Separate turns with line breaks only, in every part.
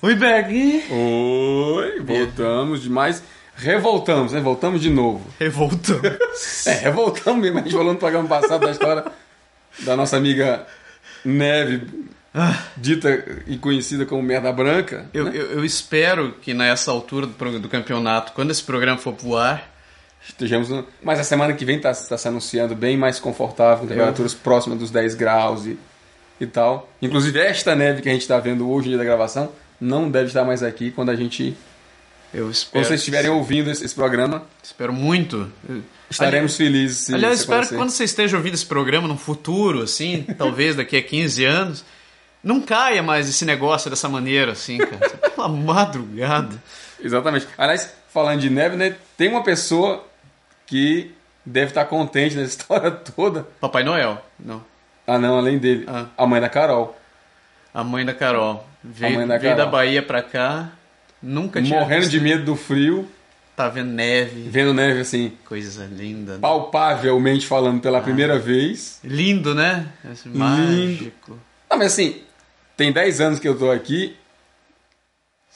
Oi, Berg!
Oi, voltamos demais. Revoltamos, né? Voltamos de novo.
Revoltando.
É, revoltamos mesmo. A gente falou no programa passado da história da nossa amiga Neve, dita e conhecida como Merda Branca.
Ah.
né?
Eu, eu, eu espero que nessa altura do, prog- do campeonato, quando esse programa for pro ar,
Estejamos no- Mas a semana que vem está se anunciando bem mais confortável, com temperaturas próximas dos 10 graus e, e tal. Inclusive, esta neve que a gente está vendo hoje no dia da gravação não deve estar mais aqui quando a gente.
eu espero.
Quando vocês estiverem ouvindo esse, esse programa,
Espero muito. Eu-
estaremos felizes. se
Aliás, eu
isso
espero que
acontecer.
quando você esteja ouvindo esse programa no futuro, assim, talvez daqui a 15 anos, não caia mais esse negócio dessa maneira, assim, cara. Pela madrugada.
Exatamente. Aliás, falando de neve, né? Tem uma pessoa que deve estar contente nessa história toda.
Papai Noel, não.
Ah, não, além dele.
Ah.
A mãe da Carol.
A mãe da Carol. Veio,
mãe da
veio
Carol.
da Bahia pra cá, nunca tinha
Morrendo
visto.
de medo do frio,
Tá vendo neve,
vendo neve assim,
coisa linda. né?
palpavelmente falando pela primeira vez.
Lindo, né? Esse mágico.
Ah, mas assim, tem 10 anos que eu tô aqui.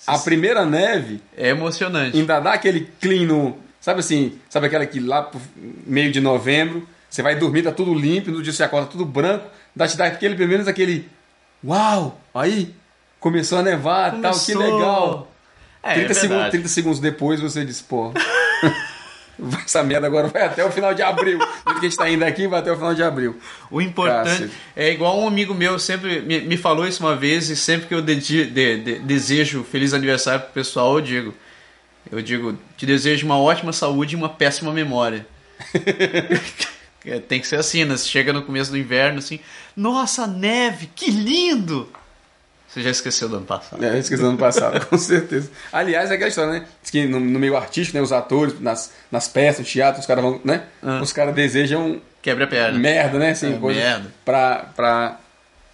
A primeira neve
É emocionante.
ainda dá aquele clean no. Sabe assim, sabe aquela que lá pro meio de novembro, você vai dormir, tá tudo limpo, no dia você acorda tudo branco, dá te dá aquele, pelo menos aquele. Uau! Aí começou a nevar, tal, que
Começou.
legal.
Tá, É,
30,
é
segundos,
verdade.
30 segundos depois você diz, pô. vai Essa merda agora vai até o final de abril. Do jeito que a gente tá indo aqui, vai até o final de abril.
O importante
Cássio.
é igual um amigo meu sempre me, me falou isso uma vez e sempre que eu dedi- de- de- desejo feliz aniversário pro pessoal, eu digo, eu digo, te desejo uma ótima saúde e uma péssima memória. É, Tem que ser assim, né? Você chega no começo do inverno assim, nossa neve, que lindo! Você já esqueceu do ano passado?
É, esqueci do ano passado, com certeza. Aliás, é aquela história, né? Diz que no, no meio artístico, né? Os atores, nas, nas peças, no teatro, os caras vão, né?
Ah.
Os caras desejam
Quebra a perna.
merda, né? Assim,
É,
coisa
merda.
Pra, pra...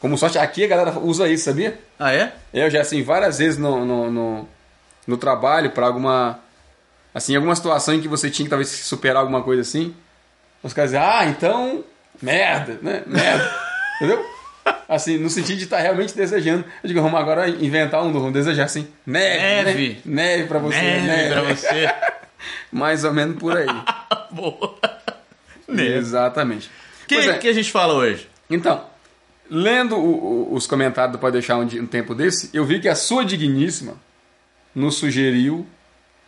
Como sorte, aqui a galera usa isso, sabia?
Ah é?
Eu já, assim, várias vezes no, no, no, no trabalho, pra alguma... Assim, alguma situação em que você tinha que talvez superar alguma coisa assim, os caras dizem, ah, então, merda, né? Merda. Entendeu? Assim, no sentido de estar realmente desejando. Eu digo, vamos agora inventar um, vamos desejar assim, neve,
Neve.
neve, neve pra você, né?
neve,
neve.
É, pra você.
Mais ou menos por aí.
Boa.
Exatamente.
Que,
Pois é.
que a gente fala hoje?
Então, lendo o- o- os comentários do Pode Deixar um, Dia- um tempo desse, eu vi que a sua digníssima nos sugeriu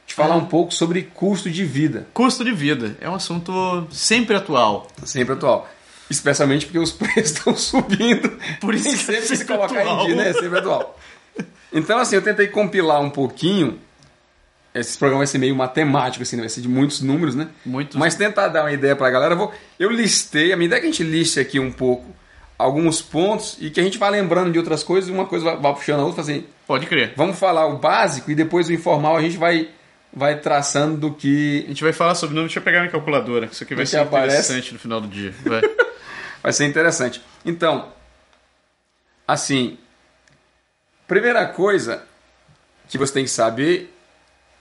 de falar um pouco sobre custo de vida,
Custo de vida. É um assunto sempre atual.
sempre atual. Especialmente porque os preços estão subindo.
Por isso
Tem
que é
sempre se
sempre
colocar em
atual.
dia, né? É sempre atual. Então, assim, eu tentei compilar um pouquinho. Esse programa vai ser meio matemático, assim, né? vai ser de muitos números, né?
Muitos.
Mas tentar dar uma ideia pra galera, eu, vou, eu listei, a minha ideia é que a gente liste aqui um pouco alguns pontos e que a gente vá lembrando de outras coisas, uma coisa vai, vai puxando a outra, assim,
Pode crer.
vamos falar o básico e depois o informal a gente vai, vai traçando do
A
que
gente vai falar sobre número. Deixa eu pegar minha calculadora, que isso aqui vai
Aqui
ser
aparece.
interessante no final do dia. Vai.
vai ser interessante. Então, assim, primeira coisa que você tem que saber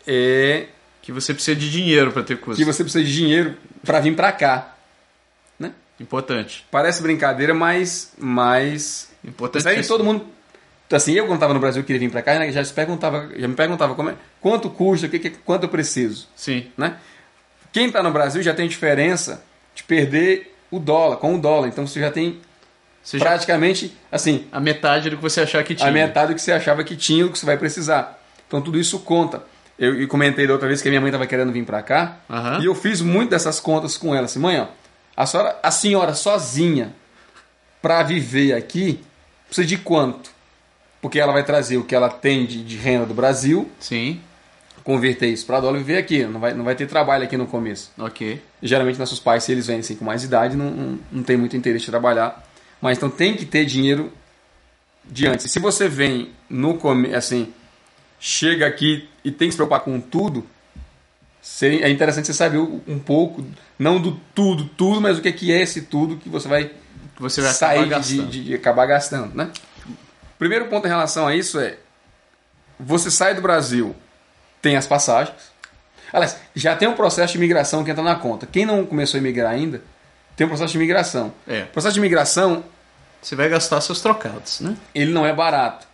é
que você precisa de dinheiro para ter custo.
que você precisa de dinheiro pra vir pra cá.
Importante.
Parece brincadeira, mas, mas
Importante.
Mas aí todo mundo. Assim, eu quando tava no Brasil queria vir pra cá, né, já, se perguntava, já me perguntava como é, quanto custa, o que, que- quanto eu preciso.
Sim.
Né? Quem tá no Brasil já tem diferença de perder o dólar, com o dólar. Então você já tem
Você já-
praticamente assim,
A metade do que você achar que tinha.
a metade do que você achava que tinha, o que você vai precisar. Então tudo isso conta. Eu, eu comentei da outra vez que a minha mãe tava querendo vir pra cá,
Aham.
e eu fiz muito dessas contas com ela. Assim, mãe, ó, a senhora, a senhora sozinha pra viver aqui precisa de quanto? Porque ela vai trazer o que ela tem de, de renda do Brasil,
Sim.
converter isso para dólar e viver aqui. Não vai, não vai ter trabalho aqui no começo.
Ok.
Geralmente nossos pais, se eles vêm assim, com mais idade, não, não, não tem muito interesse de trabalhar. Mas então tem que ter dinheiro de antes. E se você vem no começo, assim, chega aqui e tem que se preocupar com tudo, seria- é interessante você saber o- um pouco, não do tudo, tudo, mas o que é que é esse tudo que você vai
Você vai
sair
acabar
de-
gastando.
de, de acabar gastando, né? Primeiro ponto em relação a isso é você sai do Brasil, tem as passagens. Aliás, já tem um processo de imigração que entra na conta. Quem não começou a imigrar ainda, tem um processo de imigração.
É.
O processo de imigração,
Você vai gastar seus trocados, né?
ele não é barato.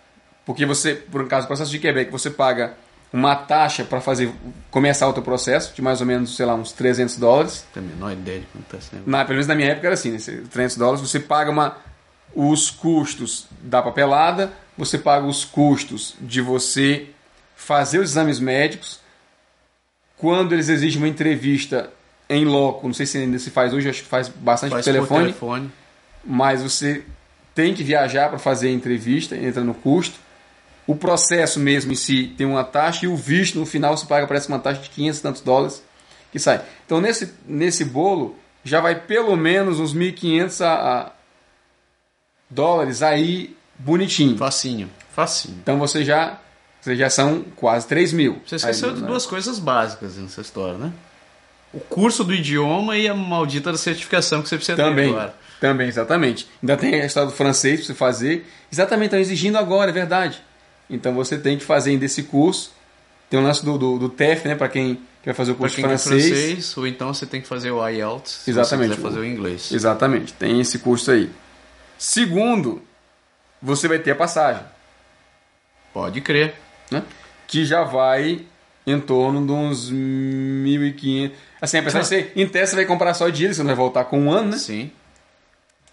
Porque você, por um caso, do processo de Quebec, você paga uma taxa para fazer começar o teu processo, de mais ou menos, sei lá, uns 300 dólares.
Tenho a menor ideia de quanto tá esse negócio.
Na, pelo menos na minha época era assim, né? Você- 300 dólares, você paga uma, os custos da papelada, você paga os custos de você fazer os exames médicos, quando eles exigem uma entrevista em loco, não sei se ainda se faz hoje, acho que faz bastante por
Faz
telefone,
por telefone.
mas você tem que viajar para fazer a entrevista, entra no custo. O processo mesmo em si tem uma taxa e o visto no final se paga, parece uma taxa de 500 e tantos dólares que sai. Então nesse, nesse bolo já vai pelo menos uns 1.500 a, a dólares aí bonitinho.
Facinho. Facinho.
Então você já, você já são quase 3 mil.
Você esqueceu
Aí,
de
né?
duas coisas básicas nessa história, né? O curso do idioma e a maldita da certificação que você precisa ter
Também.
agora.
Também, exatamente. Ainda tem a história do francês para você fazer. Exatamente, estão exigindo agora, é verdade. Então você tem que fazer ainda esse curso. Tem o lance do, do, do TEF, né? Para quem quer fazer o
Pra
curso
quem
de
quer
francês.
francês, ou então você tem que fazer o IELTS, se
Exatamente.
você quiser fazer o inglês.
Exatamente, tem esse curso aí. Segundo, você vai ter a passagem,
Pode crer.
né? Que já vai em torno de uns 1.500. Assim, apesar
Ah.
de ser, em tese você vai comprar só dia, você não vai voltar com um ano, né?
Sim.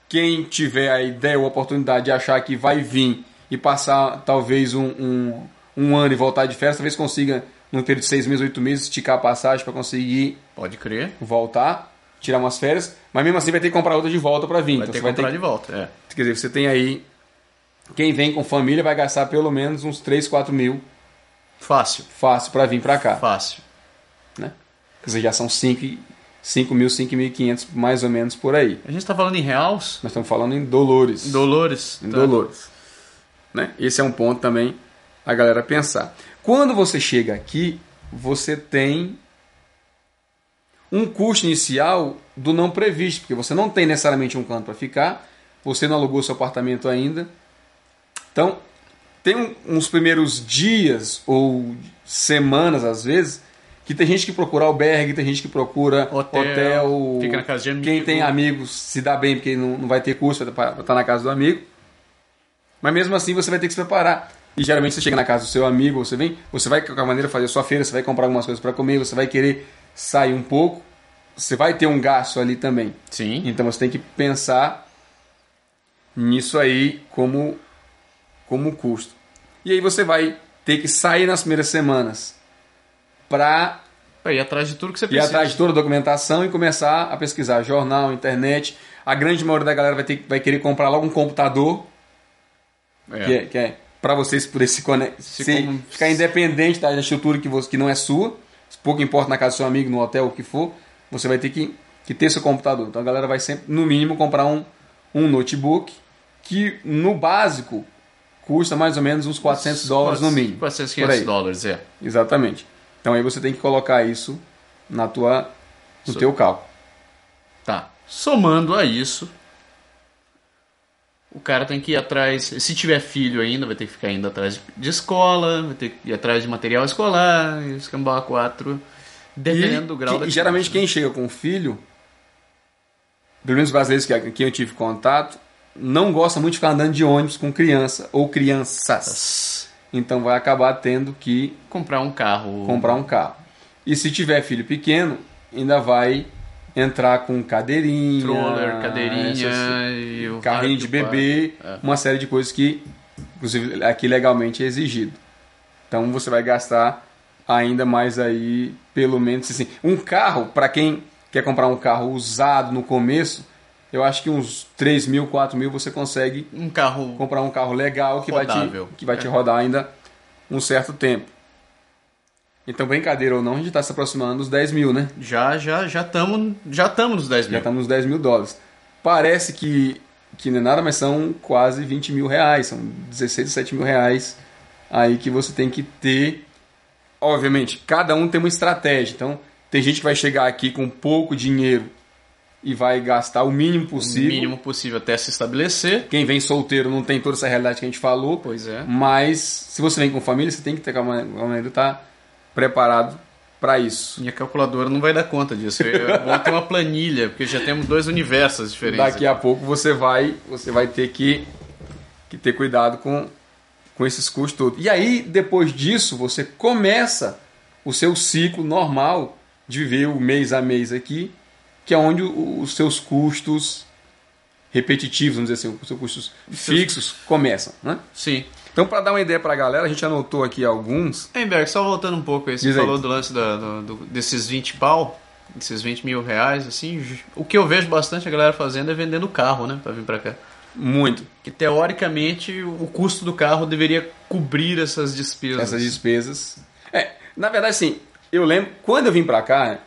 quem tiver a ideia ou a oportunidade de achar que vai vir e passar talvez um, um, um ano e voltar de férias, talvez consiga, num período de seis meses, oito meses, esticar a passagem para conseguir
Pode crer.
voltar, tirar umas férias, mas mesmo assim vai ter que comprar outra de volta para vir.
Vai
então
ter
você
que
vai
comprar
ter
de volta. É.
que, quer dizer, você tem aí, quem vem com família vai gastar pelo menos uns 3, 4 mil
Fácil.
fácil para vir para cá.
Fácil.
Né? Quer dizer, já são 5, 5 mil, 5.500 mais ou menos por aí.
A gente tá falando em reais,
Nós estamos falando em dolores.
Dolores.
em
tá?
Dolores. Né? Esse é um ponto também a galera pensar. Quando você chega aqui, você tem um custo inicial do não previsto, porque você não tem necessariamente um canto para ficar, você não alugou seu apartamento ainda. Então, tem um- uns primeiros dias ou semanas, às vezes, que tem gente que procura albergue, tem gente que procura
Hotel,
hotel,
fica na casa de amigo.
quem tem amigos se dá bem, porque não, não vai ter curso, vai estar na casa do amigo. Mas mesmo assim você vai ter que se preparar. E geralmente você chega na casa do seu amigo, você vem, você vai de qualquer maneira fazer a sua feira, você vai comprar algumas coisas para comer, você vai querer sair um pouco, você vai ter um gasto ali também.
Sim.
Então você tem que pensar nisso aí como como custo. E aí você vai ter que sair nas primeiras semanas para
Pra ir atrás de tudo que você
ir
precisa.
atrás de toda a documentação e começar a pesquisar jornal, internet. A grande maioria da galera vai, ter, vai querer comprar logo um computador
É.
que é, que é para vocês poderem se conectar,
Se
se
com-
ficar independente da estrutura que, você, que não é sua, pouco importa na casa do seu amigo, no hotel, o que for, você vai ter que, que ter seu computador. Então a galera vai sempre, no mínimo, comprar um, um notebook que, no básico, custa mais ou menos uns 400 dólares no mínimo.
400,
Por
500
aí.
dólares, é.
Exatamente. Então aí você tem que colocar isso na tua, no
Isso.
teu cálculo.
Tá. Somando a isso, o cara tem que ir atrás. Se tiver filho ainda, vai ter que ficar indo atrás de escola, vai ter que ir atrás de material escolar, escambar 4, dependendo
E
do grau
que-
da né?
e geralmente
criança,
quem chega com um filho, pelo menos os brasileiros que, que eu tive contato, não gosta muito de ficar andando de ônibus com criança ou crianças.
né?
Então vai acabar tendo que
Comprar um carro.
comprar um carro. E se tiver filho pequeno, ainda vai entrar com cadeirinha,
Stroller, cadeirinha,
essas-
e o
carrinho de
rádio,
bebê,
pá. É.
uma série de coisas que, inclusive, aqui legalmente é exigido. Então você vai gastar ainda mais aí, pelo menos assim. Um carro, para quem quer comprar um carro usado no começo, eu acho que uns 3 mil, 4 mil você consegue
Um carro
comprar um carro legal que vai, te,
É. Rodável.
que vai te
É.
rodar ainda um certo tempo. Então, brincadeira ou não, a gente está se aproximando dos 10 mil, né?
Já, já, já estamos já tamo nos 10
Já tá
mil.
estamos nos 10 mil dólares. Parece que, que não é nada, mas são quase 20 mil reais. São 16, 17 mil reais aí que você tem que ter. Obviamente, cada um tem uma estratégia. Então, tem gente que vai chegar aqui com pouco dinheiro e vai gastar o mínimo
O
possível.
mínimo possível até se estabelecer.
Quem vem solteiro não tem toda essa realidade que a gente falou.
Pois é.
Mas, se você vem com família, você tem que ter calma, calma estar tá preparado para isso.
Minha calculadora não vai dar conta disso. É bom ter uma planilha, porque já temos dois universos diferentes.
Daqui a pouco você vai, você vai ter que, que ter cuidado com, com esses custos todos. E aí, depois disso, você começa o seu ciclo normal de viver o mês a mês aqui, que é onde o- os seus custos repetitivos, vamos dizer assim, os seus custos fixos começam, né?
Sim.
Então, para dar uma ideia para a galera, a gente anotou aqui alguns.
Hemberg, só voltando um pouco aí, você
Diz aí.
falou do lance da- do- do- desses 20 pau, desses 20 mil reais, assim, j- o que eu vejo bastante a galera fazendo é vendendo carro, né, pra vir pra cá.
Muito.
Que teoricamente o custo do carro deveria cobrir essas despesas.
essas despesas. É, na verdade, sim, eu lembro, quando eu vim pra cá,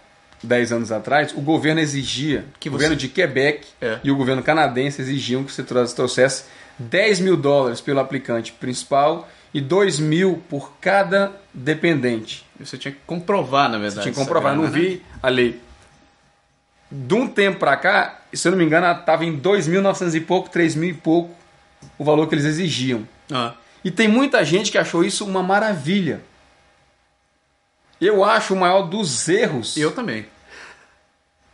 10 anos atrás, o governo exigia,
Que
o governo de Quebec
É.
e o governo canadense exigiam que você tro- trouxesse 10 mil dólares pelo aplicante principal e 2 mil por cada dependente.
Você tinha que comprovar, na verdade.
Tinha
essa
que comprovar, eu
grana,
não
né?
vi a lei. De um tempo pra cá, se eu não me engano, estava em 2.900 e pouco, 3.000 e pouco o valor que eles exigiam.
Ah,
E tem muita gente que achou isso uma maravilha. Eu acho o maior dos erros.
eu também.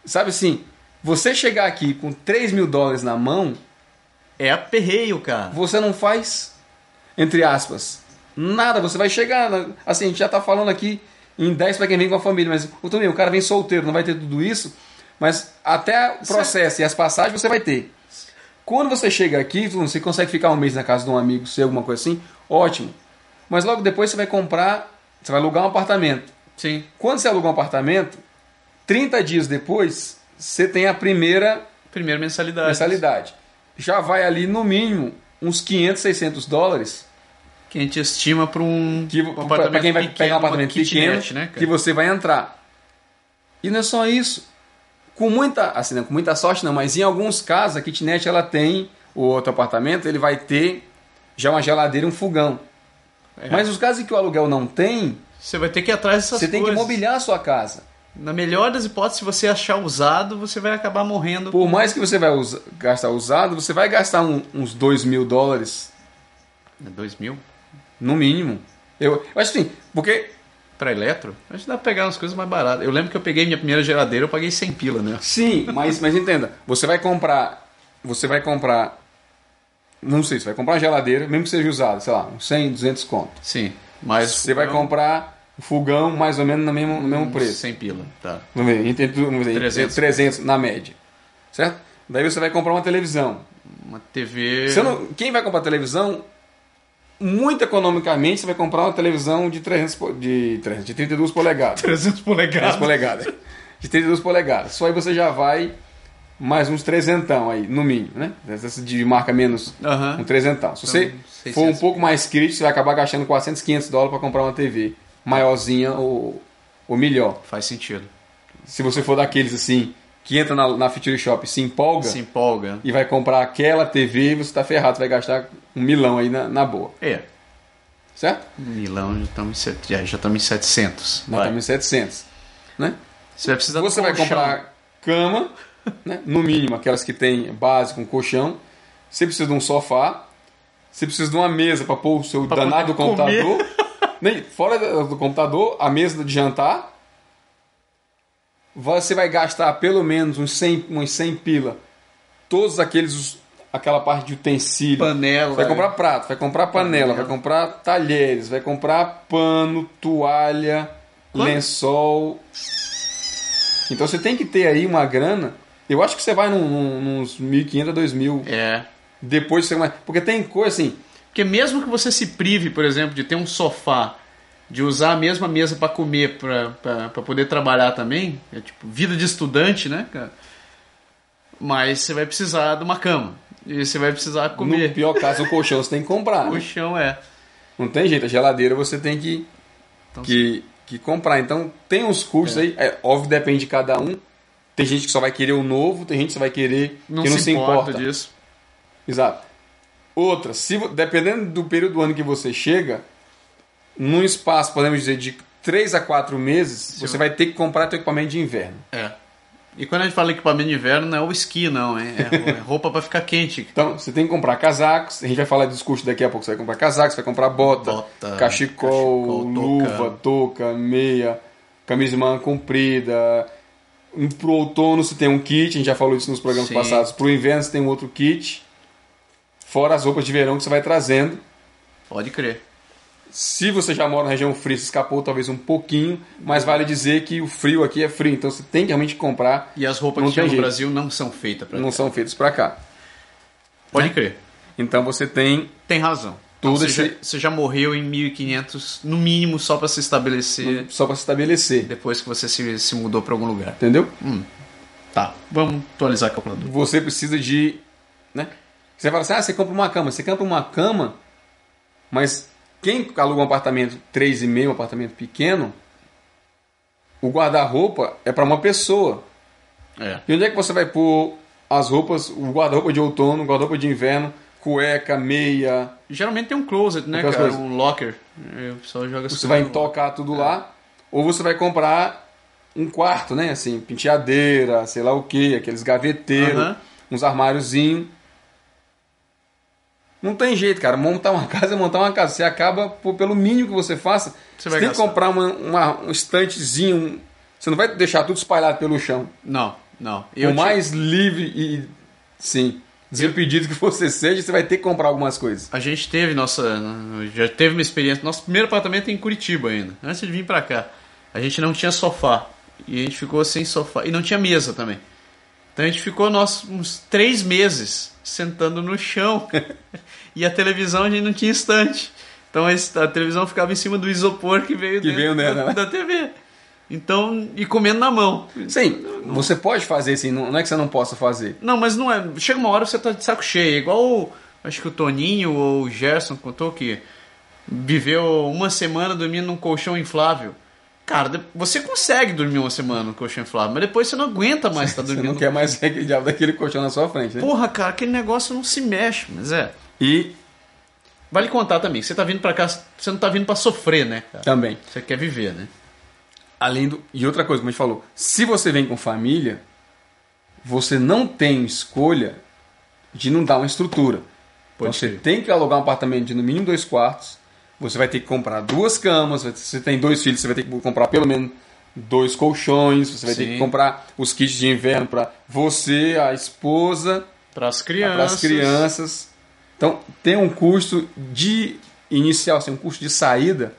Sabe assim, você chegar aqui com 3 mil dólares na mão,
É aperreio, cara.
você não faz, entre aspas, nada. Você vai chegar. na- Assim, a gente já tá falando aqui em 10 para quem vem com a família, mas ô, também, o cara vem solteiro, não vai ter tudo isso. Mas até o processo e as passagens você vai ter. Quando você chega aqui, você consegue ficar um mês na casa de um amigo seu, alguma coisa assim, ótimo. Mas logo depois você vai comprar, você vai alugar um apartamento.
Sim.
Quando você aluga um apartamento, 30 dias depois, você tem a primeira
Primeira mensalidade.
mensalidade. Já vai ali no mínimo uns 500, 600 dólares
Que a gente estima pra um,
que
um
para quem vai
pequeno,
pegar
uma
um apartamento pequeno,
kitnet, né, cara?
que você vai entrar. E não é só isso. Com muita, assim, não, com muita sorte não, mas em alguns casos a kitnet ela tem o outro apartamento, ele vai ter já uma geladeira, e um fogão.
É.
Mas os casos em que o aluguel não tem,
Você vai ter que ir atrás dessas
você tem que
coisas.
mobiliar a sua casa.
Na melhor das hipóteses, se você achar usado, você vai acabar morrendo.
Por mais que você vai usa- gastar usado, você vai gastar um- uns 2 mil dólares,
É, Dois mil?
no mínimo. Eu, eu acho assim, porque
Pra eletro? Acho que dá pra pegar umas coisas mais baratas. Eu lembro que eu peguei minha primeira geladeira, eu paguei 100 pila, né?
Sim, mas, mas entenda, você vai comprar, você vai comprar, não sei, você vai comprar uma geladeira, mesmo que seja usada, sei lá, uns 100, 200 conto.
Sim. Mas é um
Você vai comprar um o fogão mais ou menos no mesmo, no mesmo preço.
100 pila, tá.
Vamos ver, entre, entre- vamos ver, entre
300.
300. na média, certo? Daí você vai comprar uma televisão.
Uma TV...
Você não- quem vai comprar televisão, muito economicamente, você vai comprar uma televisão de, 300, po- de, 300, de 32 polegadas.
300
3
polegadas.
polegadas. De 32 polegadas. Só aí você já vai mais uns trezentão aí, no mínimo, né? Essa de marca menos
Aham.
um trezentão. Se você
Então,
for um
600.
pouco mais crítico, você vai acabar gastando 400, 500 dólares para comprar uma TV maiorzinha ou, ou melhor.
Faz sentido.
Se você for daqueles assim, que entra na, na Future Shop e se empolga
Se empolga.
e vai comprar aquela TV, você tá ferrado, você vai gastar um milão aí na, na boa,
É. um
certo?
Milão já estamos em, set... já, já tamo em 700.
Nós
Vai.
estamos em 700, né?
Você vai precisar
Você
do
vai
colchão.
comprar cama, né? no mínimo aquelas que tem base com colchão. Você precisa de um sofá. Você precisa de uma mesa para pôr o seu
Pra
danado
poder comer.
computador. Nem- Fora da- do computador, a mesa de jantar. Você vai gastar pelo menos uns 100, uns 100 pila. Todos aqueles, os- aquela parte de utensílio.
Panela.
Vai comprar prato, vai comprar panela, vai comprar talheres, vai comprar pano, toalha,
Quanto?
lençol. Então você tem que ter aí uma grana. Eu acho que você vai num, num, uns 1.500 a 2.000.
É.
Depois você vai. Porque tem coisa assim.
Porque mesmo que você se prive, por exemplo, de ter um sofá, de usar a mesma mesa para comer, para poder trabalhar também, é tipo vida de estudante, né, cara? Mas você vai precisar de uma cama. E você vai precisar
No
comer.
pior caso, o colchão você tem que comprar.
O
né?
chão é.
Não tem jeito. A geladeira você tem que.
Então,
que que comprar. Então tem uns cursos aí, é, óbvio depende de cada um. Tem gente que só vai querer o novo, tem gente que só vai querer
Não
que
se,
não se
importa,
importa.
disso.
Exato. Outra, se, vo- dependendo do período do ano que você chega, num espaço, podemos dizer, de 3 a 4 meses, você vai ter que comprar teu equipamento de inverno.
É. E quando a gente fala equipamento de inverno, não é o esqui, não, hein? É ro- é roupa pra ficar quente.
Então, você tem que comprar casacos, a gente vai falar disso custo daqui a pouco, você vai comprar casacos, você vai comprar bota,
Bota, né?
cachecol,
cachecol, touca.
luva, touca, meia, camisa de manga comprida. Um- Pro outono você tem um kit, a gente já falou disso nos programas
Sim.
passados. Pro inverno você tem um outro kit. Fora as roupas de verão que você vai trazendo.
Pode crer.
Se você já mora na região fria, você escapou talvez um pouquinho, mas vale dizer que o frio aqui é frio, então você tem que realmente comprar,
E as roupas
Não
que tinha
tem
no
jeito.
Brasil não são feitas pra
não são feitos pra cá.
Pode crer.
Então você tem
Tem razão.
Tudo
você,
esse-
já, você já morreu em 1500, no mínimo, só pra se estabelecer
só pra se estabelecer,
depois que você se, se mudou pra algum lugar.
entendeu?
Tá, vamos atualizar a calculadora.
Você precisa de, né? Você fala assim: "Ah, você compra uma cama, você compra uma cama". Mas quem aluga um apartamento 3,5, um apartamento pequeno, o guarda-roupa é pra uma pessoa.
É.
E onde é que você vai pôr as roupas, o guarda-roupa de outono, o guarda-roupa de inverno, cueca, meia,
Geralmente tem um closet, né,
Aquelas
cara?
coisas.
Um locker. É, O pessoal joga
você
tudo É.
vai
no-
tocar tudo lá, ou você vai comprar um quarto, né? Assim, penteadeira, sei lá o que, aqueles gaveteiros,
Aham.
uns armáriozinhos. Não tem jeito, cara. Montar uma casa é montar uma casa. Você acaba, pô, pelo mínimo que você faça,
Você
você,
vai
tem
gastar.
que comprar uma, uma- um estantezinho. um- Você não vai deixar tudo espalhado pelo chão.
Não, não.
Por
te-
mais livre e, sim, desimpedido que você seja, você vai ter que comprar algumas coisas.
A gente teve nossa. Já teve uma experiência. Nosso primeiro apartamento é em Curitiba ainda. Antes de vir pra cá. A gente não tinha sofá. E a gente ficou sem sofá. E não tinha mesa também. Então a gente ficou nós, uns três meses sentando no chão. e a televisão a gente não tinha estante. Então a est- a televisão ficava em cima do isopor que veio,
Que
dentro
veio nela,
da,
né?
da TV. Então, e comendo na mão.
Sim, você pode fazer, assim, não não é que você não possa fazer.
Não, mas não é. Chega uma hora você tá de saco cheio. É Igual o- acho que o Toninho ou o Gerson contou que viveu uma semana dormindo num colchão inflável. Cara, de- você consegue dormir uma semana num colchão inflável, mas depois você não aguenta mais estar
Você
dormindo.
não quer mais ver aquele diabo daquele colchão na sua frente, né?
Porra, cara, aquele negócio não se mexe, mas é.
E
Vale contar também, que você tá vindo pra cá, você não tá vindo pra sofrer, né, cara?
também,
Você quer viver, né?
além do. E outra coisa, como a gente falou, se você vem com família, você não tem escolha de não dar uma estrutura. então
Pode
você
crer.
tem que alugar um apartamento de no mínimo dois quartos, você vai ter que comprar duas camas, vai- se você tem dois filhos, você vai ter que comprar pelo menos dois colchões, você vai ter
Sim.
que comprar os kits de inverno para você, a esposa.
Para as crianças.
para as Tá crianças. Então, tem um custo de inicial, assim, um custo de saída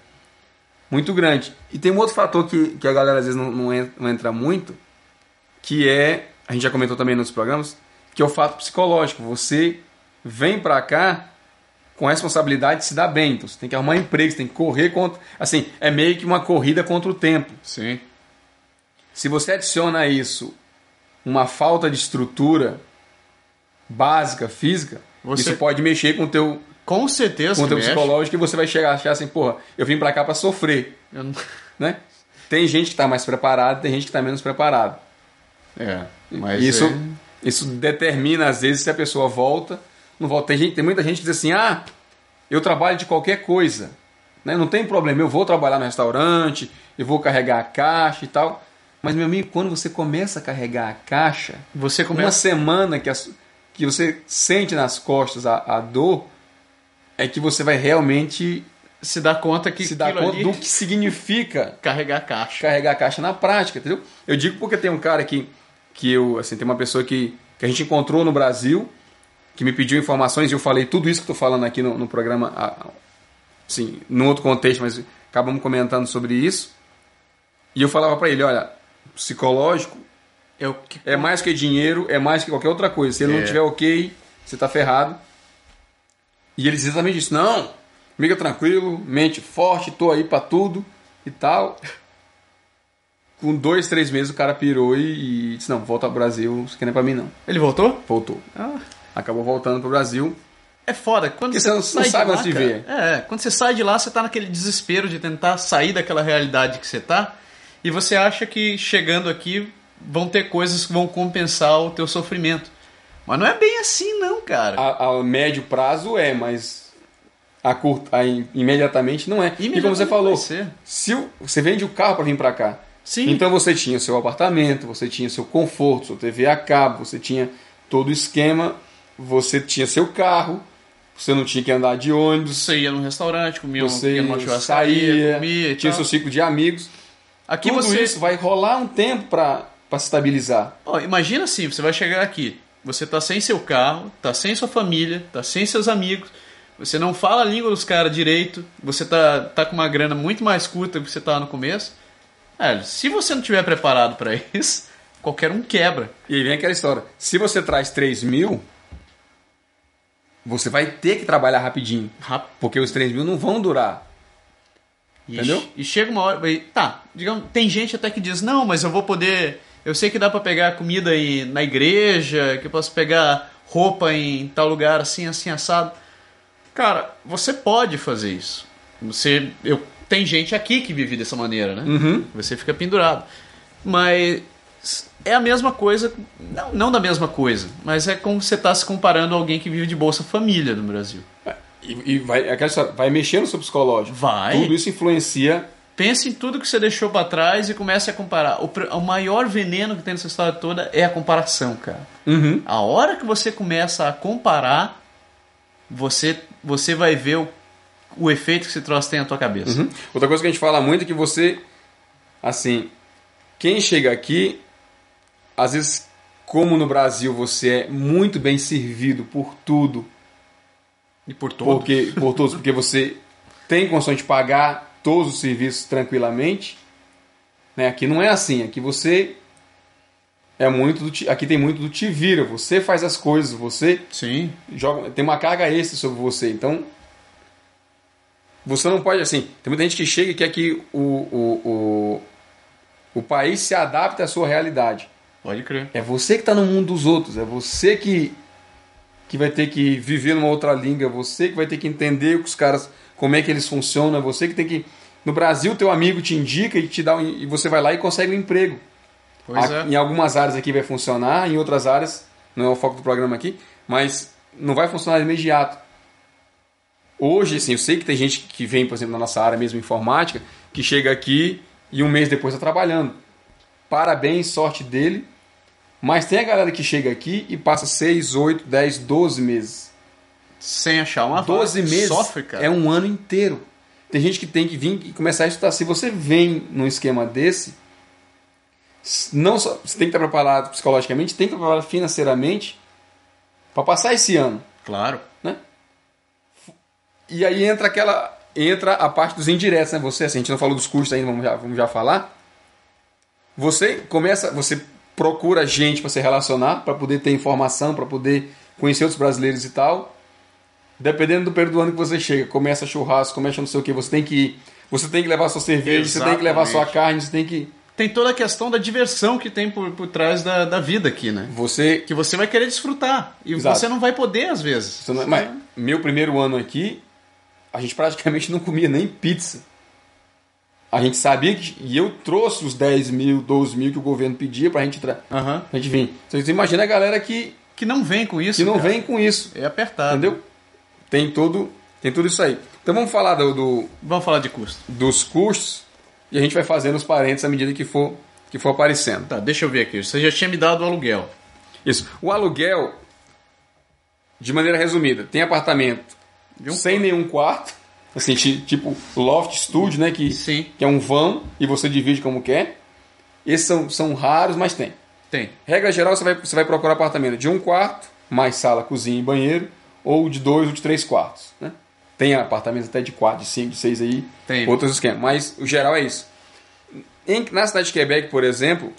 muito grande. E tem um outro fator que, que a galera às vezes não, não en- não entra muito, que é, a gente já comentou também nos programas, que é o fato psicológico. Você vem para cá com a responsabilidade de se dar bem. Então, você tem que arrumar emprego, você tem que correr contra... Assim, é meio que uma corrida contra o tempo.
Sim.
Se você adiciona a isso uma falta de estrutura básica, física,
Você-
isso pode mexer com o teu,
Com certeza
com o
que
teu
mexe.
psicológico e você vai chegar a achar assim, porra, eu vim pra cá pra sofrer,
Eu não-
né? Tem gente que tá mais preparada, tem gente que tá menos preparada.
É, mas
isso,
é-
isso determina, às vezes, se a pessoa volta, não volta. Tem, gente, tem muita gente que diz assim, ah, eu trabalho de qualquer coisa. né? Não tem problema, eu vou trabalhar no restaurante, eu vou carregar a caixa e tal. Mas, meu amigo, quando você começa a carregar a caixa,
Você
uma
começa.
semana que, as- que você sente nas costas a, a dor, é que você vai realmente
se dá conta que
se dar
aquilo
conta
ali-
do que significa
carregar a caixa.
carregar a caixa na prática, entendeu? Eu digo porque tem um cara que, que eu, assim, tem uma pessoa que, que a gente encontrou no Brasil, que me pediu informações e eu falei tudo isso que estou falando aqui no, no programa, a- a- assim, num outro contexto, mas acabamos comentando sobre isso. E eu falava para ele, olha, psicológico
É o que
é mais que dinheiro, é mais que qualquer outra coisa. Se ele
É.
não tiver ok, você tá ferrado. E ele diz exatamente isso. Não, fica tranquilo, mente forte, tô aí pra tudo e tal. Com dois, três meses o cara pirou e, e disse, não, volta ao Brasil, isso aqui não é pra mim não.
Ele voltou?
Voltou.
Ah,
Acabou voltando pro Brasil.
É foda. Quando
Porque
você,
você não-
sai
não sabe
de lá,
onde te
cara,
ver.
É, quando você sai de lá, você tá naquele desespero de tentar sair daquela realidade que você tá. E você acha que chegando aqui vão ter coisas que vão compensar o teu sofrimento. Mas não é bem assim, não, cara.
A, a médio prazo é, mas a curto, a im- imediatamente não é. E como
Imediatamente
você falou,
vai ser.
se o- você vende o carro para vir para cá,
Sim.
então você tinha seu apartamento, você tinha seu conforto, sua TV a cabo, você tinha todo o esquema, você tinha seu carro, você não tinha que andar de ônibus,
Você ia num restaurante, comia, um-
você
ia numa churrascaria,
saía,
comia e
tinha
tal.
seu ciclo de amigos.
Aqui
Tudo
você...
isso vai rolar um tempo para se estabilizar.
Ó, imagina assim, você vai chegar aqui, você tá sem seu carro, tá sem sua família, tá sem seus amigos, você não fala a língua dos caras direito, você tá, tá com uma grana muito mais curta do que você tava no começo. Velho, se você não tiver preparado pra isso, qualquer um quebra.
E aí vem aquela história. Se você traz 3 mil, você vai ter que trabalhar rapidinho.
Rápido.
Porque os 3 mil não vão durar.
E
Entendeu?
che- E chega uma hora. e- tá, digamos, tem gente até que diz, não, mas eu vou poder. Eu sei que dá pra pegar comida aí na igreja, que eu posso pegar roupa em tal lugar, assim, assim, assado. Cara, você pode fazer isso. Você. Eu, tem gente aqui que vive dessa maneira, né? Você fica pendurado. Mas é a mesma coisa. Não, não da mesma coisa, mas é como você tá se comparando a alguém que vive de Bolsa Família no Brasil.
E, e vai, é aquela história, vai mexer no seu psicológico.
Vai.
Tudo isso influencia.
Pense em tudo que você deixou pra trás e comece a comparar. O, pr- o maior veneno que tem nessa história toda é a comparação, cara.
Uhum.
A hora que você começa a comparar, você você vai ver o, o efeito que esse troço tem na tua cabeça.
Uhum. Outra coisa que a gente fala muito é que você, assim, quem chega aqui, às vezes, como no Brasil você é muito bem servido por tudo,
E por todo.
porque por todos, porque você tem condição de pagar todos os serviços tranquilamente. Né? Aqui não é assim, aqui você é muito do ti- aqui tem muito do te vira, você faz as coisas, você
Sim.
joga, tem uma carga extra sobre você, então você não pode assim, tem muita gente que chega e quer que o, o, o, o país se adapte à sua realidade.
Pode crer.
É você que está no mundo dos outros, é você que, que vai ter que viver numa outra língua, é você que vai ter que entender o que os caras, como é que eles funcionam, é você que tem que. No Brasil, teu amigo te indica e te dá um, e você vai lá e consegue um emprego.
Pois
A-
é.
Em algumas áreas aqui vai funcionar, em outras áreas, não é o foco do programa aqui, mas não vai funcionar de imediato. Hoje, assim, eu sei que tem gente que vem, por exemplo, na nossa área mesmo informática, que chega aqui e um mês depois está trabalhando. Parabéns, sorte dele. Mas tem a galera que chega aqui e passa 6, 8, 10, 12 meses.
Sem achar uma vaga.
12 meses
Sofre, cara.
é um ano inteiro. Tem gente que tem que vir e começar a estudar. Se você vem num esquema desse, s- não só você tem que estar preparado psicologicamente, tem que estar preparado financeiramente para passar esse ano,
Claro.
né? E aí entra aquela entra a parte dos indiretos, né? Você, assim, a gente não falou dos custos ainda, vamos já, vamos já falar. Você começa, você procura gente para se relacionar, para poder ter informação, para poder conhecer outros brasileiros e tal. Dependendo do período do ano que você chega, começa churrasco, começa não sei o que, você tem que ir, você tem que levar sua cerveja, você tem que levar sua
Exatamente.
carne, você tem que
Tem toda a questão da diversão que tem por, por trás da, da vida aqui, né?
você
Que você vai querer desfrutar. E
Exato.
você não vai poder, às vezes.
Você não- é- mas meu primeiro ano aqui, a gente praticamente não comia nem pizza. A gente sabia que. E eu trouxe os 10 mil, 12 mil que o governo pedia pra gente, tra-
Aham.
pra gente vir. Então, você imagina a galera que,
Que não vem com isso.
que não
cara.
vem com isso.
É apertado.
Entendeu? Tem, todo, tem tudo isso aí. Então vamos falar do- do,
Vamos falar de custo.
dos custos e a gente vai fazendo os parênteses à medida que for, que for aparecendo.
Tá, deixa eu ver aqui. Você já tinha me dado o aluguel.
Isso. O aluguel, de maneira resumida, tem apartamento
De um
sem nenhum quarto, assim, ti- tipo loft studio, né? Que,
Sim.
que é um vão e você divide como quer. Esses são, são raros, mas tem.
Tem.
Regra geral, você vai, você vai procurar apartamento de um quarto, mais sala, cozinha e banheiro, ou de dois ou de três quartos. Né? Tem apartamentos até de quatro, de cinco, de seis aí,
Tem.
outros esquemas. Mas o geral é isso. Em- na cidade de Quebec, por exemplo,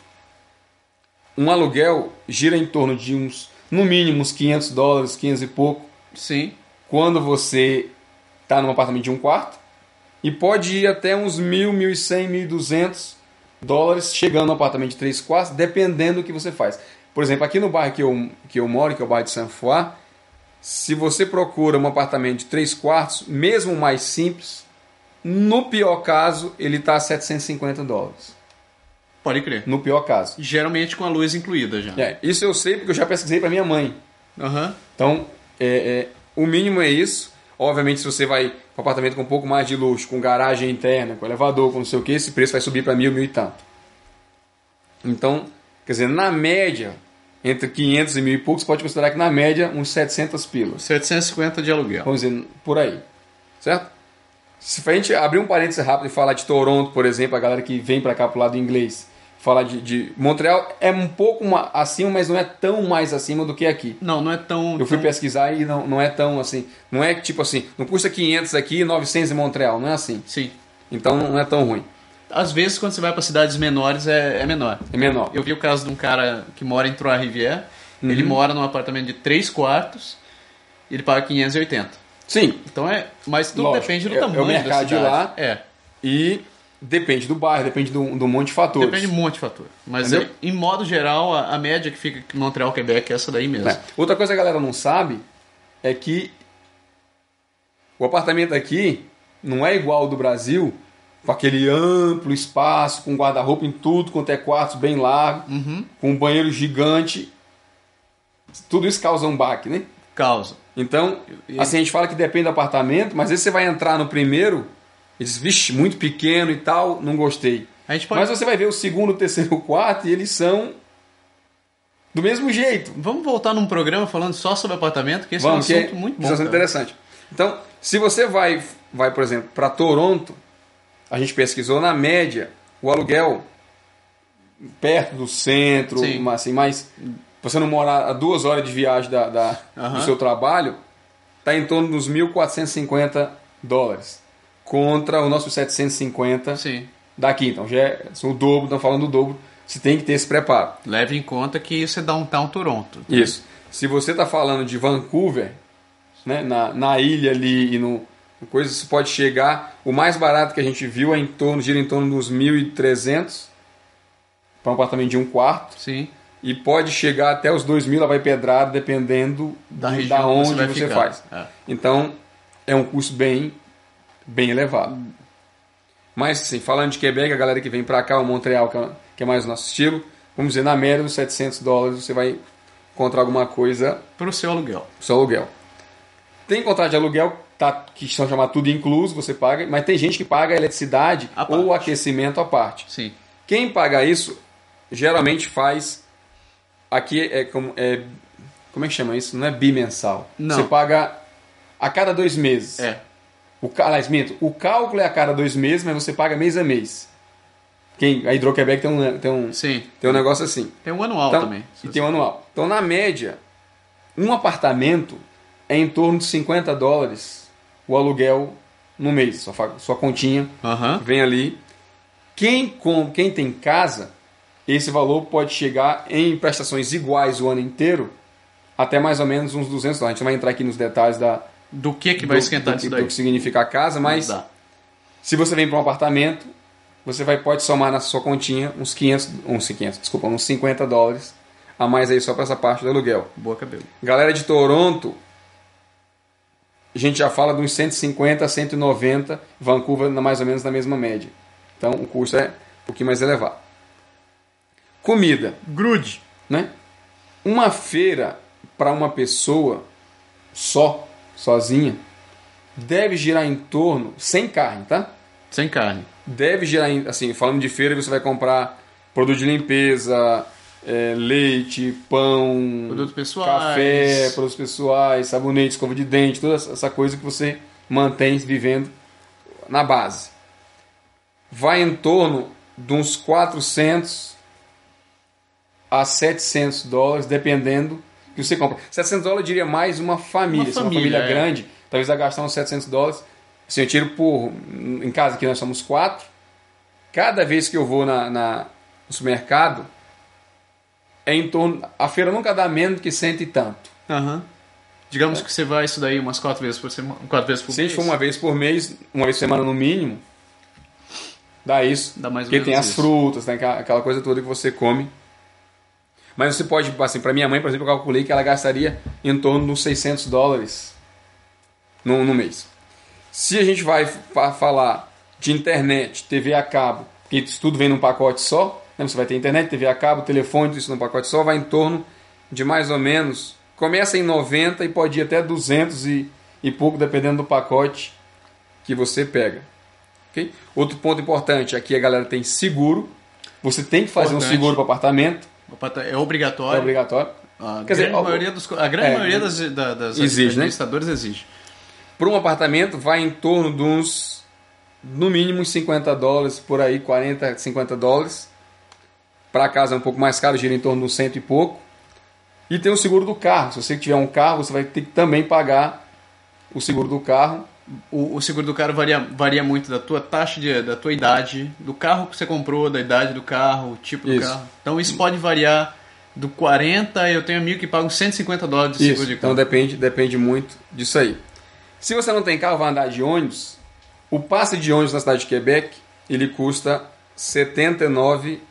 um aluguel gira em torno de uns, no mínimo, uns 500 dólares, 500 e pouco,
Sim.
quando você está num apartamento de um quarto, e pode ir até uns 1.000, 1.100, 1.200 dólares chegando no apartamento de três quartos, dependendo do que você faz. Por exemplo, aqui no bairro que eu, que eu moro, que é o bairro de Saint-Foy, Se você procura um apartamento de 3 quartos, mesmo mais simples, no pior caso, ele está a 750 dólares.
Pode crer.
No pior caso.
Geralmente com a luz incluída já.
É, isso eu sei porque eu já pesquisei para minha mãe.
Aham.
Então, é, é, o mínimo é isso. Obviamente, se você vai para apartamento com um pouco mais de luxo, com garagem interna, com elevador, com não sei o que, esse preço vai subir para mil, mil e tanto. Então, quer dizer, na média, entre 500 e mil e pouco, você pode considerar que na média uns 700 pilas.
750 de aluguel.
Vamos dizer, por aí. Certo? Se a gente abrir um parênteses rápido e falar de Toronto, por exemplo, a galera que vem para cá pro lado inglês, falar de, de Montreal, é um pouco ma- acima, mas não é tão mais acima do que aqui.
Não, não é tão.
Eu fui
tão-
pesquisar e não, não é tão assim. Não é que, tipo assim, não custa 500 aqui e 900 em Montreal, não é assim.
Sim.
Então não é tão ruim.
Às vezes, quando você vai para cidades menores, é, é menor.
É menor.
Eu vi o caso de um cara que mora em Trois-Rivières.
Uhum.
Ele mora num apartamento de 3 quartos e ele paga 580.
Sim,
Então é. Mas tudo
Lógico,
depende do
é- é o
tamanho da
mercado de
cidade.
lá.
É.
e depende do bairro, depende de um, de um monte de fatores.
Depende de um monte de fator. Mas
Entendeu?
eu- em modo geral, a, a média que fica em Montreal, Quebec é essa daí mesmo.
Né? Outra coisa que a galera não sabe é que o apartamento aqui não é igual ao do Brasil, com aquele amplo espaço, com guarda-roupa em tudo, quanto é quartos bem largo,
Uhum.
com um banheiro gigante. Tudo isso causa um baque, né?
Causa.
Então, assim, a gente fala que depende do apartamento, mas às vezes você vai entrar no primeiro e diz, vixe, muito pequeno e tal, não gostei.
A gente pode.
Mas você vai ver o segundo, o terceiro, o quarto e eles são do mesmo jeito.
Vamos voltar num programa falando só sobre apartamento, que esse
Vamos,
é um
que
assunto muito bom.
isso é
cara.
interessante. Então, se você vai, vai por exemplo, para Toronto, a gente pesquisou na média o aluguel perto do centro,
Sim.
mas assim, mas você não morar a duas horas de viagem da, da-
Aham.
do seu trabalho, está em torno dos 1.450 dólares contra o nosso 750
Sim.
daqui. Então já é são o dobro, estão falando do dobro. Você tem que ter esse preparo.
Leve em conta que isso é downtown Toronto.
Isso. Se você está falando de Vancouver, né, na, na ilha ali e no no coisa, isso pode chegar. O mais barato que a gente viu é em torno, gira em torno dos 1.300 para um apartamento de um quarto
Sim.
e pode chegar até os 2.000, ela vai pedrada dependendo
Da
do-
região que
onde
você vai
você
ficar.
faz.
É.
Então é um custo bem bem elevado. Mas assim, falando de Quebec, a galera que vem para cá, o Montreal, que é, que é mais o nosso estilo, vamos dizer, na média dos 700 dólares você vai encontrar alguma coisa
Pro seu aluguel.
pro seu aluguel. Tem contrato de aluguel tá, que são chamados tudo incluso, você paga, mas tem gente que paga a eletricidade
À parte.
ou aquecimento à parte.
Sim.
Quem paga isso geralmente faz. Aqui é como. É, como é que chama isso? Não é bimensal.
Não.
Você paga a cada dois meses.
É.
O, ca- aliás, minto, o cálculo é a cada dois meses, mas você paga mês a mês. Quem, a Hidroquebec tem um, tem, um,
Sim.
tem um negócio assim.
Tem um anual
Então,
também.
E tem um anual. Então, na média, um apartamento é em torno de 50 dólares o aluguel no mês. Sua, fa- sua continha
Aham.
vem ali. Quem, com, quem tem casa, esse valor pode chegar em prestações iguais o ano inteiro até mais ou menos uns 200 dólares. A gente vai entrar aqui nos detalhes da,
Do que que vai
do-
esquentar
do,
isso
que-
daí?
do que significa a casa, mas
Dá.
se você vem para um apartamento, você vai pode somar na sua continha uns 500, uns 500, desculpa, uns 50 dólares a mais aí só para essa parte do aluguel.
Boa cabelo.
Galera de Toronto, a gente já fala de uns 150 a 190, Vancouver na- mais ou menos na mesma média. Então o custo é um pouquinho mais elevado. Comida,
Grude.
né? Uma feira para uma pessoa só, sozinha, deve girar em torno, sem carne, tá?
Sem carne.
deve gerar, em- assim, falando de feira, você vai comprar produto de limpeza, é, leite, pão,
Produtos pessoais.
café, produtos pessoais, sabonete, escova de dente, toda essa essa coisa que você mantém vivendo na base. Vai em torno de uns 400 a 700 dólares, dependendo que você compra. 700 dólares eu diria mais uma família,
Uma
se é uma
família,
família
é.
grande, talvez vai gastar uns 700 dólares. Se eu tiro por em casa que nós somos quatro, cada vez que eu vou na, na- no supermercado é em torno a feira nunca dá menos que cento e tanto.
Aham. Digamos que você vai isso daí umas quatro vezes por semana. Quatro vezes por
Se a
mês.
gente for uma vez por mês, uma vez por semana no mínimo, dá isso.
Dá mais ou
Porque tem
menos
as
isso.
frutas, tem aquela aquela coisa toda que você come. Mas você pode, assim, para minha mãe, por exemplo, eu calculei que ela gastaria em torno dos 600 dólares no, no mês. Se a gente vai fa- falar de internet, TV a cabo, porque isso tudo vem num pacote só, né? você vai ter internet, TV a cabo, telefone, tudo isso num pacote só, vai em torno de mais ou menos, começa em 90 e pode ir até 200 e, e pouco, dependendo do pacote que você pega. ok? Outro ponto importante, aqui a galera tem seguro, você tem que fazer um
Importante.
seguro para apartamento,
É
é
obrigatório.
obrigatório.
A grande
Quer dizer, ó,
maioria, dos, co- a grande
é,
maioria das, da- das
exige, né?
administradoras exige.
Para um apartamento vai em torno de uns, no mínimo, uns 50 dólares, por aí, 40, 50 dólares. Para casa é um pouco mais caro, gira em torno de uns cento e pouco. E tem o seguro do carro. Se você tiver um carro, você vai ter que também pagar o seguro do carro.
O, o seguro do carro varia, varia muito da tua taxa, de, da tua idade, do carro que você comprou, da idade do carro, o tipo do
Isso.
carro. Então isso pode variar do 40, eu tenho amigo que paga uns 150 dólares de
Isso.
seguro de
Então
carro.
depende, depende muito disso aí. Se você não tem carro, vai andar de ônibus. O passe de ônibus na cidade de Quebec, ele custa 79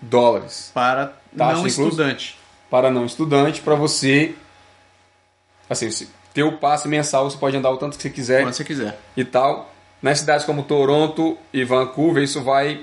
dólares.
para
Taxa
não
inclusa?
estudante.
para não estudante, para você. Assim, se ter o passe mensal, você pode andar o tanto que você quiser
Quando você quiser.
e tal. Nas cidades como Toronto e Vancouver, isso vai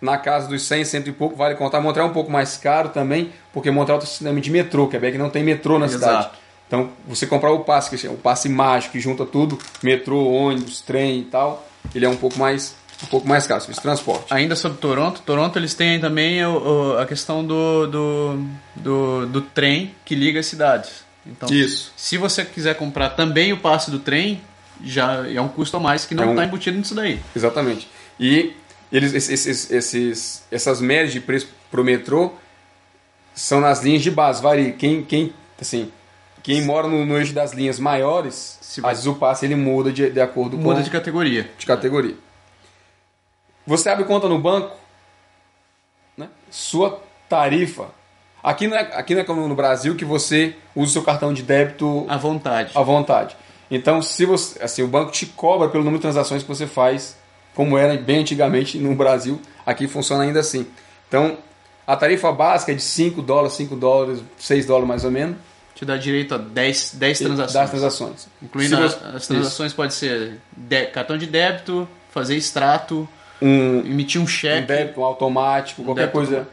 na casa dos 100, cento e pouco, vale contar. Montreal é um pouco mais caro também, porque Montreal tem um sistema de metrô, Quebec não tem metrô na
Exato.
cidade. Então, você comprar o passe, que é o passe mágico, que junta tudo, metrô, ônibus, trem e tal, ele é um pouco mais, um pouco mais caro, serviço de transporte.
Ainda sobre Toronto, Toronto eles têm também o- o- a questão do, do, do, do trem que liga as cidades. Então,
Isso.
se você quiser comprar também o passe do trem, já é um custo a mais que
É
não
um-
está embutido nisso daí.
Exatamente. E eles, esses, esses- esses- essas médias de preço pro metrô são nas linhas de base. Varia. Quem, quem, assim, quem mora no, no eixo das linhas maiores,
Se
às vezes o passe ele muda de, de acordo
Muda
com
de categoria.
de categoria. Você abre conta no banco, né? sua tarifa. Aqui não, é, aqui não é como no Brasil que você usa o seu cartão de débito
À vontade.
à vontade. Então, se você, assim, o banco te cobra pelo número de transações que você faz, como era bem antigamente no Brasil, aqui funciona ainda assim. Então, a tarifa básica é de 5 dólares, 5 dólares, 6 dólares mais ou menos,
Te dá direito a 10, 10
das
transações.
transações.
Incluindo
Se
a-
você-
as transações pode ser dé- cartão de débito, fazer extrato,
Isso. Um,
emitir um
um
cheque. Um
débito automático, qualquer
débito né?
coisa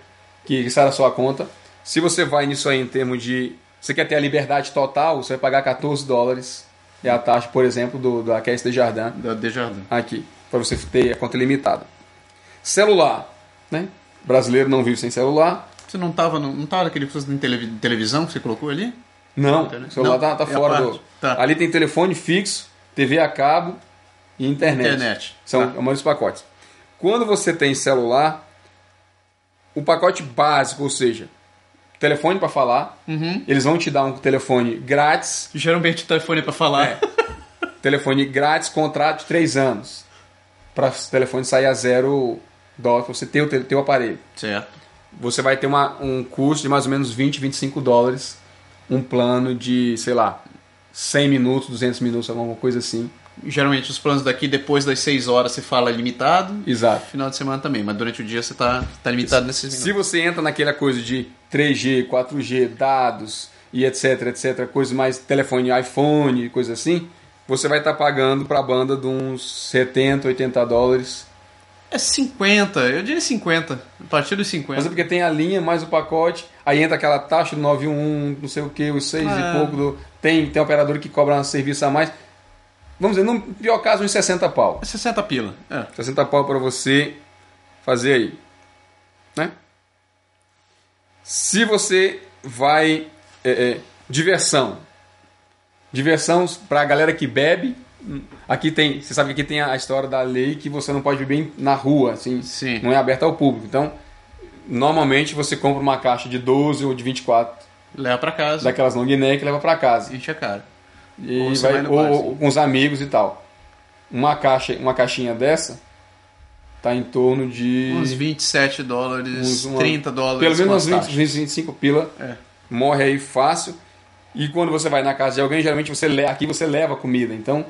que saia da sua conta. Se você vai nisso aí em termos de. Você quer ter a liberdade total, você vai pagar 14 dólares. É a taxa, por exemplo, do, da Caisse de Jardim.
Da Desjardins.
aqui, para você ter a conta limitada. Celular, né? Brasileiro não vive sem celular.
Você não estava não tava naquele curso de televi- televisão que você colocou ali?
Não,
Internet.
celular
Não,
tá, tá
é a
fora do.
parte. Tá.
Ali tem telefone fixo, TV a cabo e internet.
Internet.
São
Tá.
é um dos pacotes. Quando você tem celular, o pacote básico, ou seja, telefone para falar,
Uhum.
eles vão te dar um telefone grátis,
Geralmente o telefone é para falar.
telefone grátis, contrato de 3 anos. Para o telefone sair a zero dólar, pra você ter o teu- teu aparelho.
Certo.
você vai ter uma- um custo de mais ou menos 20, 25 dólares, um plano de, sei lá, 100 minutos, 200 minutos, alguma coisa assim.
Geralmente os planos daqui depois das 6 horas você fala limitado.
Exato.
Final de semana também, mas durante o dia você tá, tá limitado nesses
Se
minutos.
você entra naquela coisa de 3G, 4G, dados e etc, etc, coisas mais, telefone iPhone, coisa assim, você vai estar pagando para a banda de uns 70, 80 dólares.
É 50, eu diria 50. A partir dos 50.
Mas é porque tem a linha mais o pacote, aí entra aquela taxa do 911, não sei o que, os 6
Ah,
e
é.
pouco, do, tem, tem operador que cobra um serviço a mais. Vamos dizer, no pior caso, uns 60 pau.
É 60 pila. É.
60 pau para você fazer aí. Né? Se você vai. é, é, diversão. Diversão para a galera que bebe. hum, Aqui tem. Você sabe que aqui tem a história da lei que você não pode beber em- na rua, assim.
Sim.
Não é aberta ao público. Então, normalmente você compra uma caixa de 12 ou de 24
Leva pra casa.
daquelas long neck e leva para casa
Enche a é cara.
e
Ou
vai- ou,
você vai no bar,
ou com os amigos e tal. Uma caixa, uma caixinha dessa tá em torno de
Uns 27 dólares,
uns uma-
30 dólares.
pelo
com
menos
as
uns 20,
taxas.
20, 25 pila.
É.
Morre aí fácil. E quando você vai na casa de alguém, geralmente você le- aqui você leva comida. Então,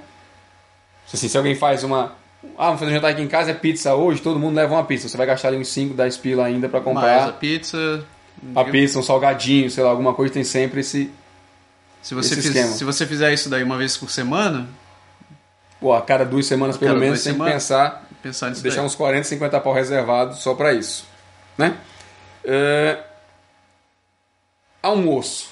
assim, se alguém faz uma ah, vamos fazer um jantar aqui em casa, é pizza hoje, todo mundo leva uma pizza. Você vai gastar ali uns 5, 10 pila ainda para
Mais a
comprar
pizza,
a pizza, um salgadinho, sei lá, alguma coisa tem sempre esse.
Se você,
esse
fiz-
esquema.
se você fizer isso daí uma vez por semana,
Pô, a cada duas semanas pelo
cada
menos
duas
tem que
semanas.
pensar,
pensar nisso
deixar
daí.
uns 40, 50 pau reservado só pra isso. Né? É, Almoço.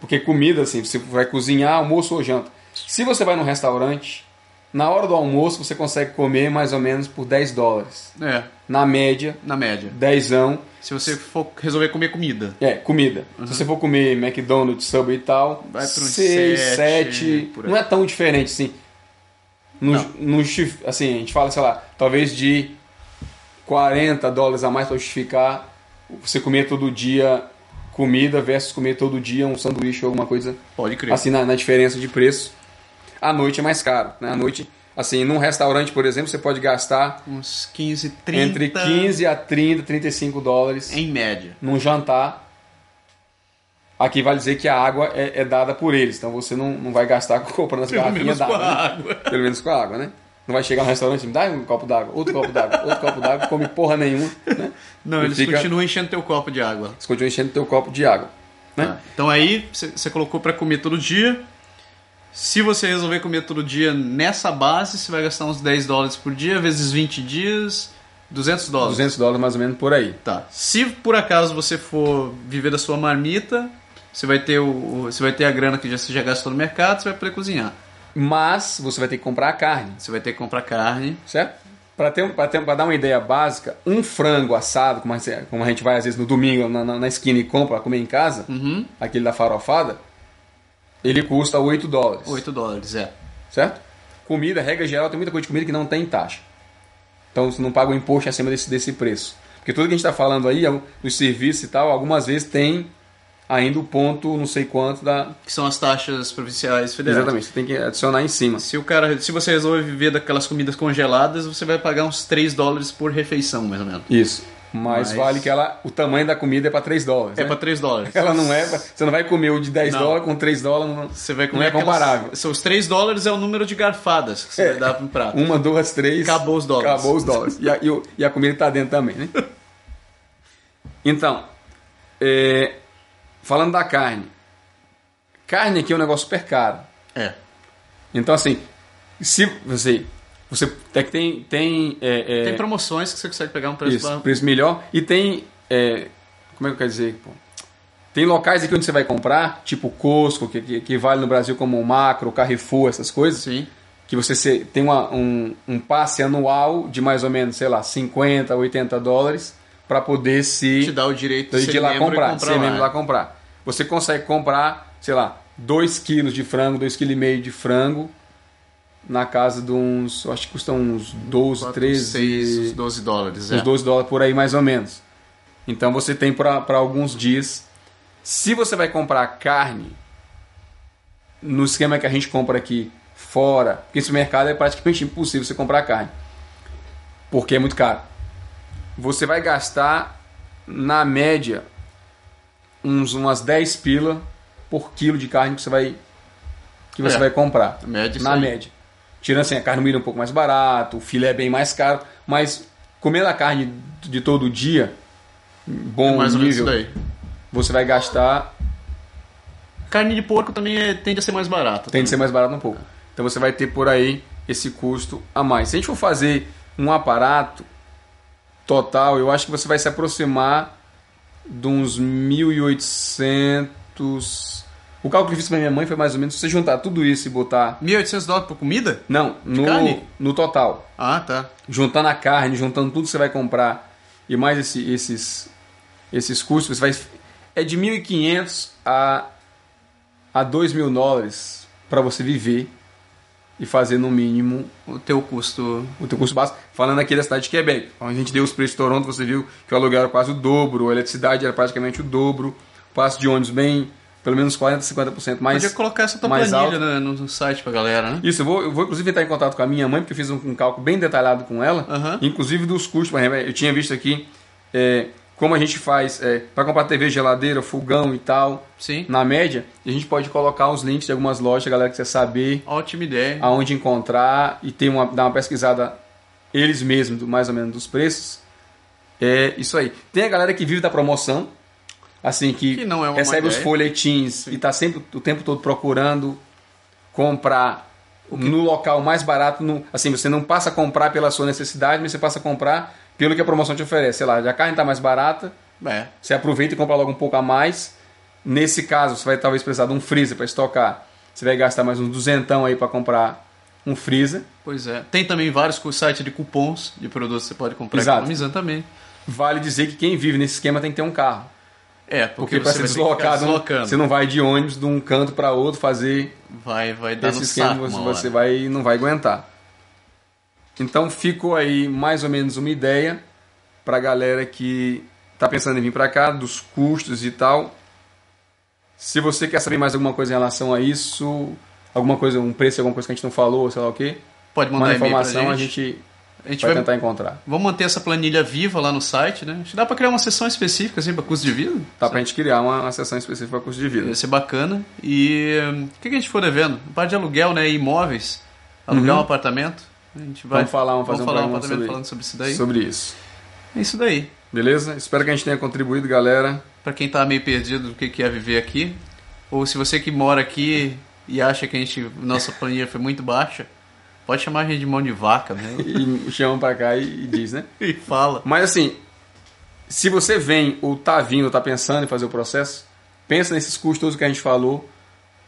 Porque comida, assim, você vai cozinhar almoço ou janta. Se você vai num restaurante, na hora do almoço você consegue comer mais ou menos por 10 dólares.
É,
Na média,
na média.
10.
Se você for resolver comer comida.
É, comida. Se você for comer McDonald's, Subway e tal,
Uhum. Vai pra uns
6,
sete,
7,
por aí.
não é tão diferente assim. No,
Não.
no justi- assim, a gente fala, sei lá, talvez de 40 dólares a mais para justificar você comer todo dia comida versus comer todo dia um sanduíche ou alguma coisa
Pode crer.
assim na, na diferença de preço. À noite é mais caro, né?
Uhum.
À noite, assim, num restaurante, por exemplo, você pode gastar
uns 15, 30.
entre 15 a 30, 35 dólares
Em média.
num jantar, aqui vai dizer que a água é, é dada por eles. Então você não, não vai gastar comprando as
Pelo
garrafinhas
menos com
d'água.
a
né?
água.
Pelo menos com a água, né? Não vai chegar no restaurante e me dá um copo d'água, outro copo d'água, outro copo d'água, come porra nenhuma, né?
Não,
E
eles
fica-
continuam enchendo teu copo de água.
Você continua enchendo teu copo de água, né?
Tá. Então aí você colocou pra comer todo dia. Se você resolver comer todo dia nessa base, você vai gastar uns 10 dólares por dia, vezes 20 dias, 200 dólares.
200 dólares mais ou menos por aí.
Tá. Se por acaso você for viver da sua marmita, você vai ter o, o- você vai ter a grana que já- você já gastou no mercado, você vai poder cozinhar.
Mas você vai ter que comprar a carne,
Você vai ter que comprar carne.
certo? Para ter, um- pra ter, pra dar uma ideia básica, um frango assado, como a gente, como a gente vai às vezes no domingo na, na, na esquina e compra pra comer em casa,
Uhum.
aquele da farofada, ele custa 8 dólares.
8 dólares, é.
certo? Comida, regra geral, tem muita coisa de comida que não tem taxa. Então você não paga o imposto acima desse, desse preço. Porque tudo que a gente está falando aí, al- dos serviços e tal, algumas vezes tem ainda o ponto não sei quanto da.
Que são as taxas provinciais federais.
Exatamente, você tem que adicionar em cima.
Se o cara, se você resolver viver daquelas comidas congeladas, você vai pagar uns 3 dólares por refeição, mais ou menos.
Isso. Mas,
Mas-
vale que ela, o tamanho da comida é para 3 dólares.
É
né?
pra 3 dólares.
Ela não é. pra- Você não vai comer o de 10
Não.
dólares com 3 dólares. Não...
Você vai
Não
comer
é
aquelas-
comparável.
São os 3 dólares é o número de garfadas que você
É.
vai dar pro prato.
Uma, duas, três.
Acabou os dólares.
Acabou os dólares. E a, e o- e a comida tá dentro também, né? Então, é, falando da carne. Carne aqui é um negócio super caro.
É.
Então, assim, se você. Você até que tem. Tem, é, é,
Tem promoções que você consegue pegar um preço
isso,
pra-
preço melhor. E tem. é, como é que eu quero dizer? pô? Tem locais aqui onde você vai comprar, tipo Costco, que, que, que vale no Brasil como Macro, Carrefour, essas coisas
Sim.
que você se- tem uma- um, um passe anual de mais ou menos, sei lá, 50, 80 dólares para poder
Te
se
dá o direito de
de
ser
ir lá
membro e
comprar, ser membro
lá.
lá comprar. Você consegue comprar, sei lá, 2 quilos de frango, 2,5 kg de frango na casa de uns, eu acho que custa uns 12, 13,
6, 12 dólares.
uns
É.
12 dólares por aí mais ou menos. Então você tem para alguns dias. Se você vai comprar carne no esquema que a gente compra aqui fora, porque esse mercado é praticamente impossível você comprar carne, porque é muito caro. Você vai gastar na média uns umas 10 pila por quilo de carne que você vai que você
É.
vai comprar
Na média, isso
na
aí.
média. Tirando assim, a carne moída é um pouco mais barato, o filé é bem mais caro, mas comendo a carne de todo dia, bom
É Mais ou menos isso
um nível,
daí.
você vai gastar,
Carne de porco também é- tende a ser mais barata.
tem de ser mais barato um pouco. Então você vai ter por aí esse custo a mais. Se a gente for fazer um aparato total, eu acho que você vai se aproximar de uns 1.800... O cálculo que eu fiz para minha mãe foi mais ou menos, se você juntar tudo isso e botar...
1.800 dólares por comida?
Não, no,
carne?
no total.
Ah, tá.
juntando a carne, juntando tudo que você vai comprar e mais esse- esses esses custos, você vai é de 1.500 a a 2.000 dólares para você viver e fazer no mínimo
O teu custo.
o teu custo básico. Falando aqui da cidade de Quebec, onde a gente deu os preços de Toronto, você viu que o aluguel era quase o dobro, a eletricidade era praticamente o dobro, o passo de ônibus bem pelo menos 40, 50% mais
Podia colocar essa tua
mais
planilha
alto.
na- no, no site pra galera, né?
Isso, eu vou, eu vou inclusive entrar em contato com a minha mãe, porque eu fiz um, um cálculo bem detalhado com ela,
Aham.
inclusive dos custos. Por exemplo, eu tinha visto aqui é, como a gente faz para comprar TV, geladeira, fogão e tal,
Sim.
na média. E a gente pode colocar os links de algumas lojas, galera que quer saber
Ótima ideia.
aonde encontrar e ter uma, dar uma pesquisada eles mesmos, do, mais ou menos, dos preços. É isso aí. Tem a galera que vive da promoção, assim, que,
Que não é uma má
recebe os
ideia.
folhetins e tá sempre o tempo todo procurando comprar no local mais barato. no- assim, você não passa a comprar pela sua necessidade, mas você passa a comprar pelo que a promoção te oferece. Sei lá, a carne tá mais barata,
É.
você aproveita e compra logo um pouco a mais. Nesse caso, você vai talvez precisar de um freezer para estocar. Você vai gastar mais uns duzentão aí para comprar um freezer.
Pois é. Tem também vários cu- sites de cupons de produtos que você pode comprar
Exato.
economizando também.
Vale dizer que quem vive nesse esquema tem que ter um carro.
É,
Porque,
porque,
para
você
ser
vai ter que ficar
deslocado, né? não-
deslocando.
você não vai de ônibus de um canto para outro fazer
Vai, vai dar Tá
esse
no
esquema,
saco
você,
uma
você
hora.
vai não vai aguentar. Então ficou aí mais ou menos uma ideia para galera que está pensando em vir para cá, dos custos e tal. Se você quer saber mais alguma coisa em relação a isso, alguma coisa, um preço, alguma coisa que a gente não falou, sei lá o quê,
Pode mandar
manda
um e-mail pra
informação, a gente,
A gente
vai,
vai,
tentar encontrar.
Vamos manter essa planilha viva lá no site, né? Acho que dá pra criar uma sessão específica, assim, pra custo de vida.
Tá pra gente criar uma, uma sessão específica para custo de vida.
Ia ser bacana. E hum, o que que a gente for devendo? A parte de aluguel, né? e Imóveis. Alugar um apartamento. A gente vai
Uhum. Vamos falar, vamos fazer um
falar
programa
apartamento
sobre-
falando sobre isso daí.
Sobre isso.
É isso daí.
Beleza? Espero que a gente tenha contribuído, galera.
Pra quem tá meio perdido do que que é viver aqui. Ou se você que mora aqui e acha que a gente, nossa planilha foi muito baixa, pode chamar a gente de mão de vaca, né?
E chama pra cá e- e diz, né?
E fala.
Mas assim, se você vem ou tá vindo, ou tá pensando em fazer o processo, pensa nesses custos todos que a gente falou,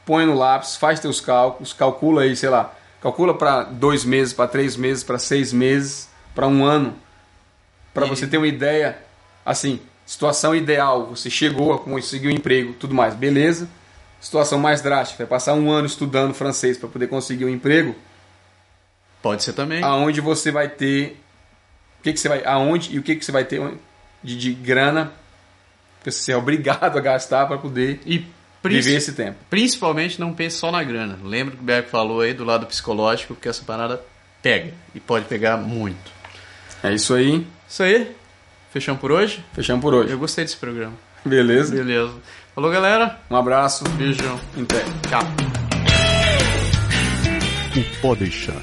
põe no lápis, faz teus cálculos, calcula aí, sei lá, calcula para dois meses, para três meses, para seis meses, para um ano, para
E-
você ter uma ideia, assim, situação ideal, você chegou, conseguiu um emprego, tudo mais, beleza? Situação mais drástica, vai passar um ano estudando francês para poder conseguir um emprego,
Pode ser também.
aonde você vai ter o que, que você vai aonde e o que, que você vai ter de, de grana que você é obrigado a gastar para poder
E
viver
principalmente.
esse tempo
Principalmente não pense só na grana. Lembra que o Berg falou aí do lado psicológico que essa parada pega. E pode pegar muito.
é isso aí
Isso aí. Fechamos por hoje?
fechamos por hoje
Eu gostei desse programa.
beleza
Beleza. Falou, galera.
um abraço
Beijão.
em pé.
Tchau.
O Pó Deixar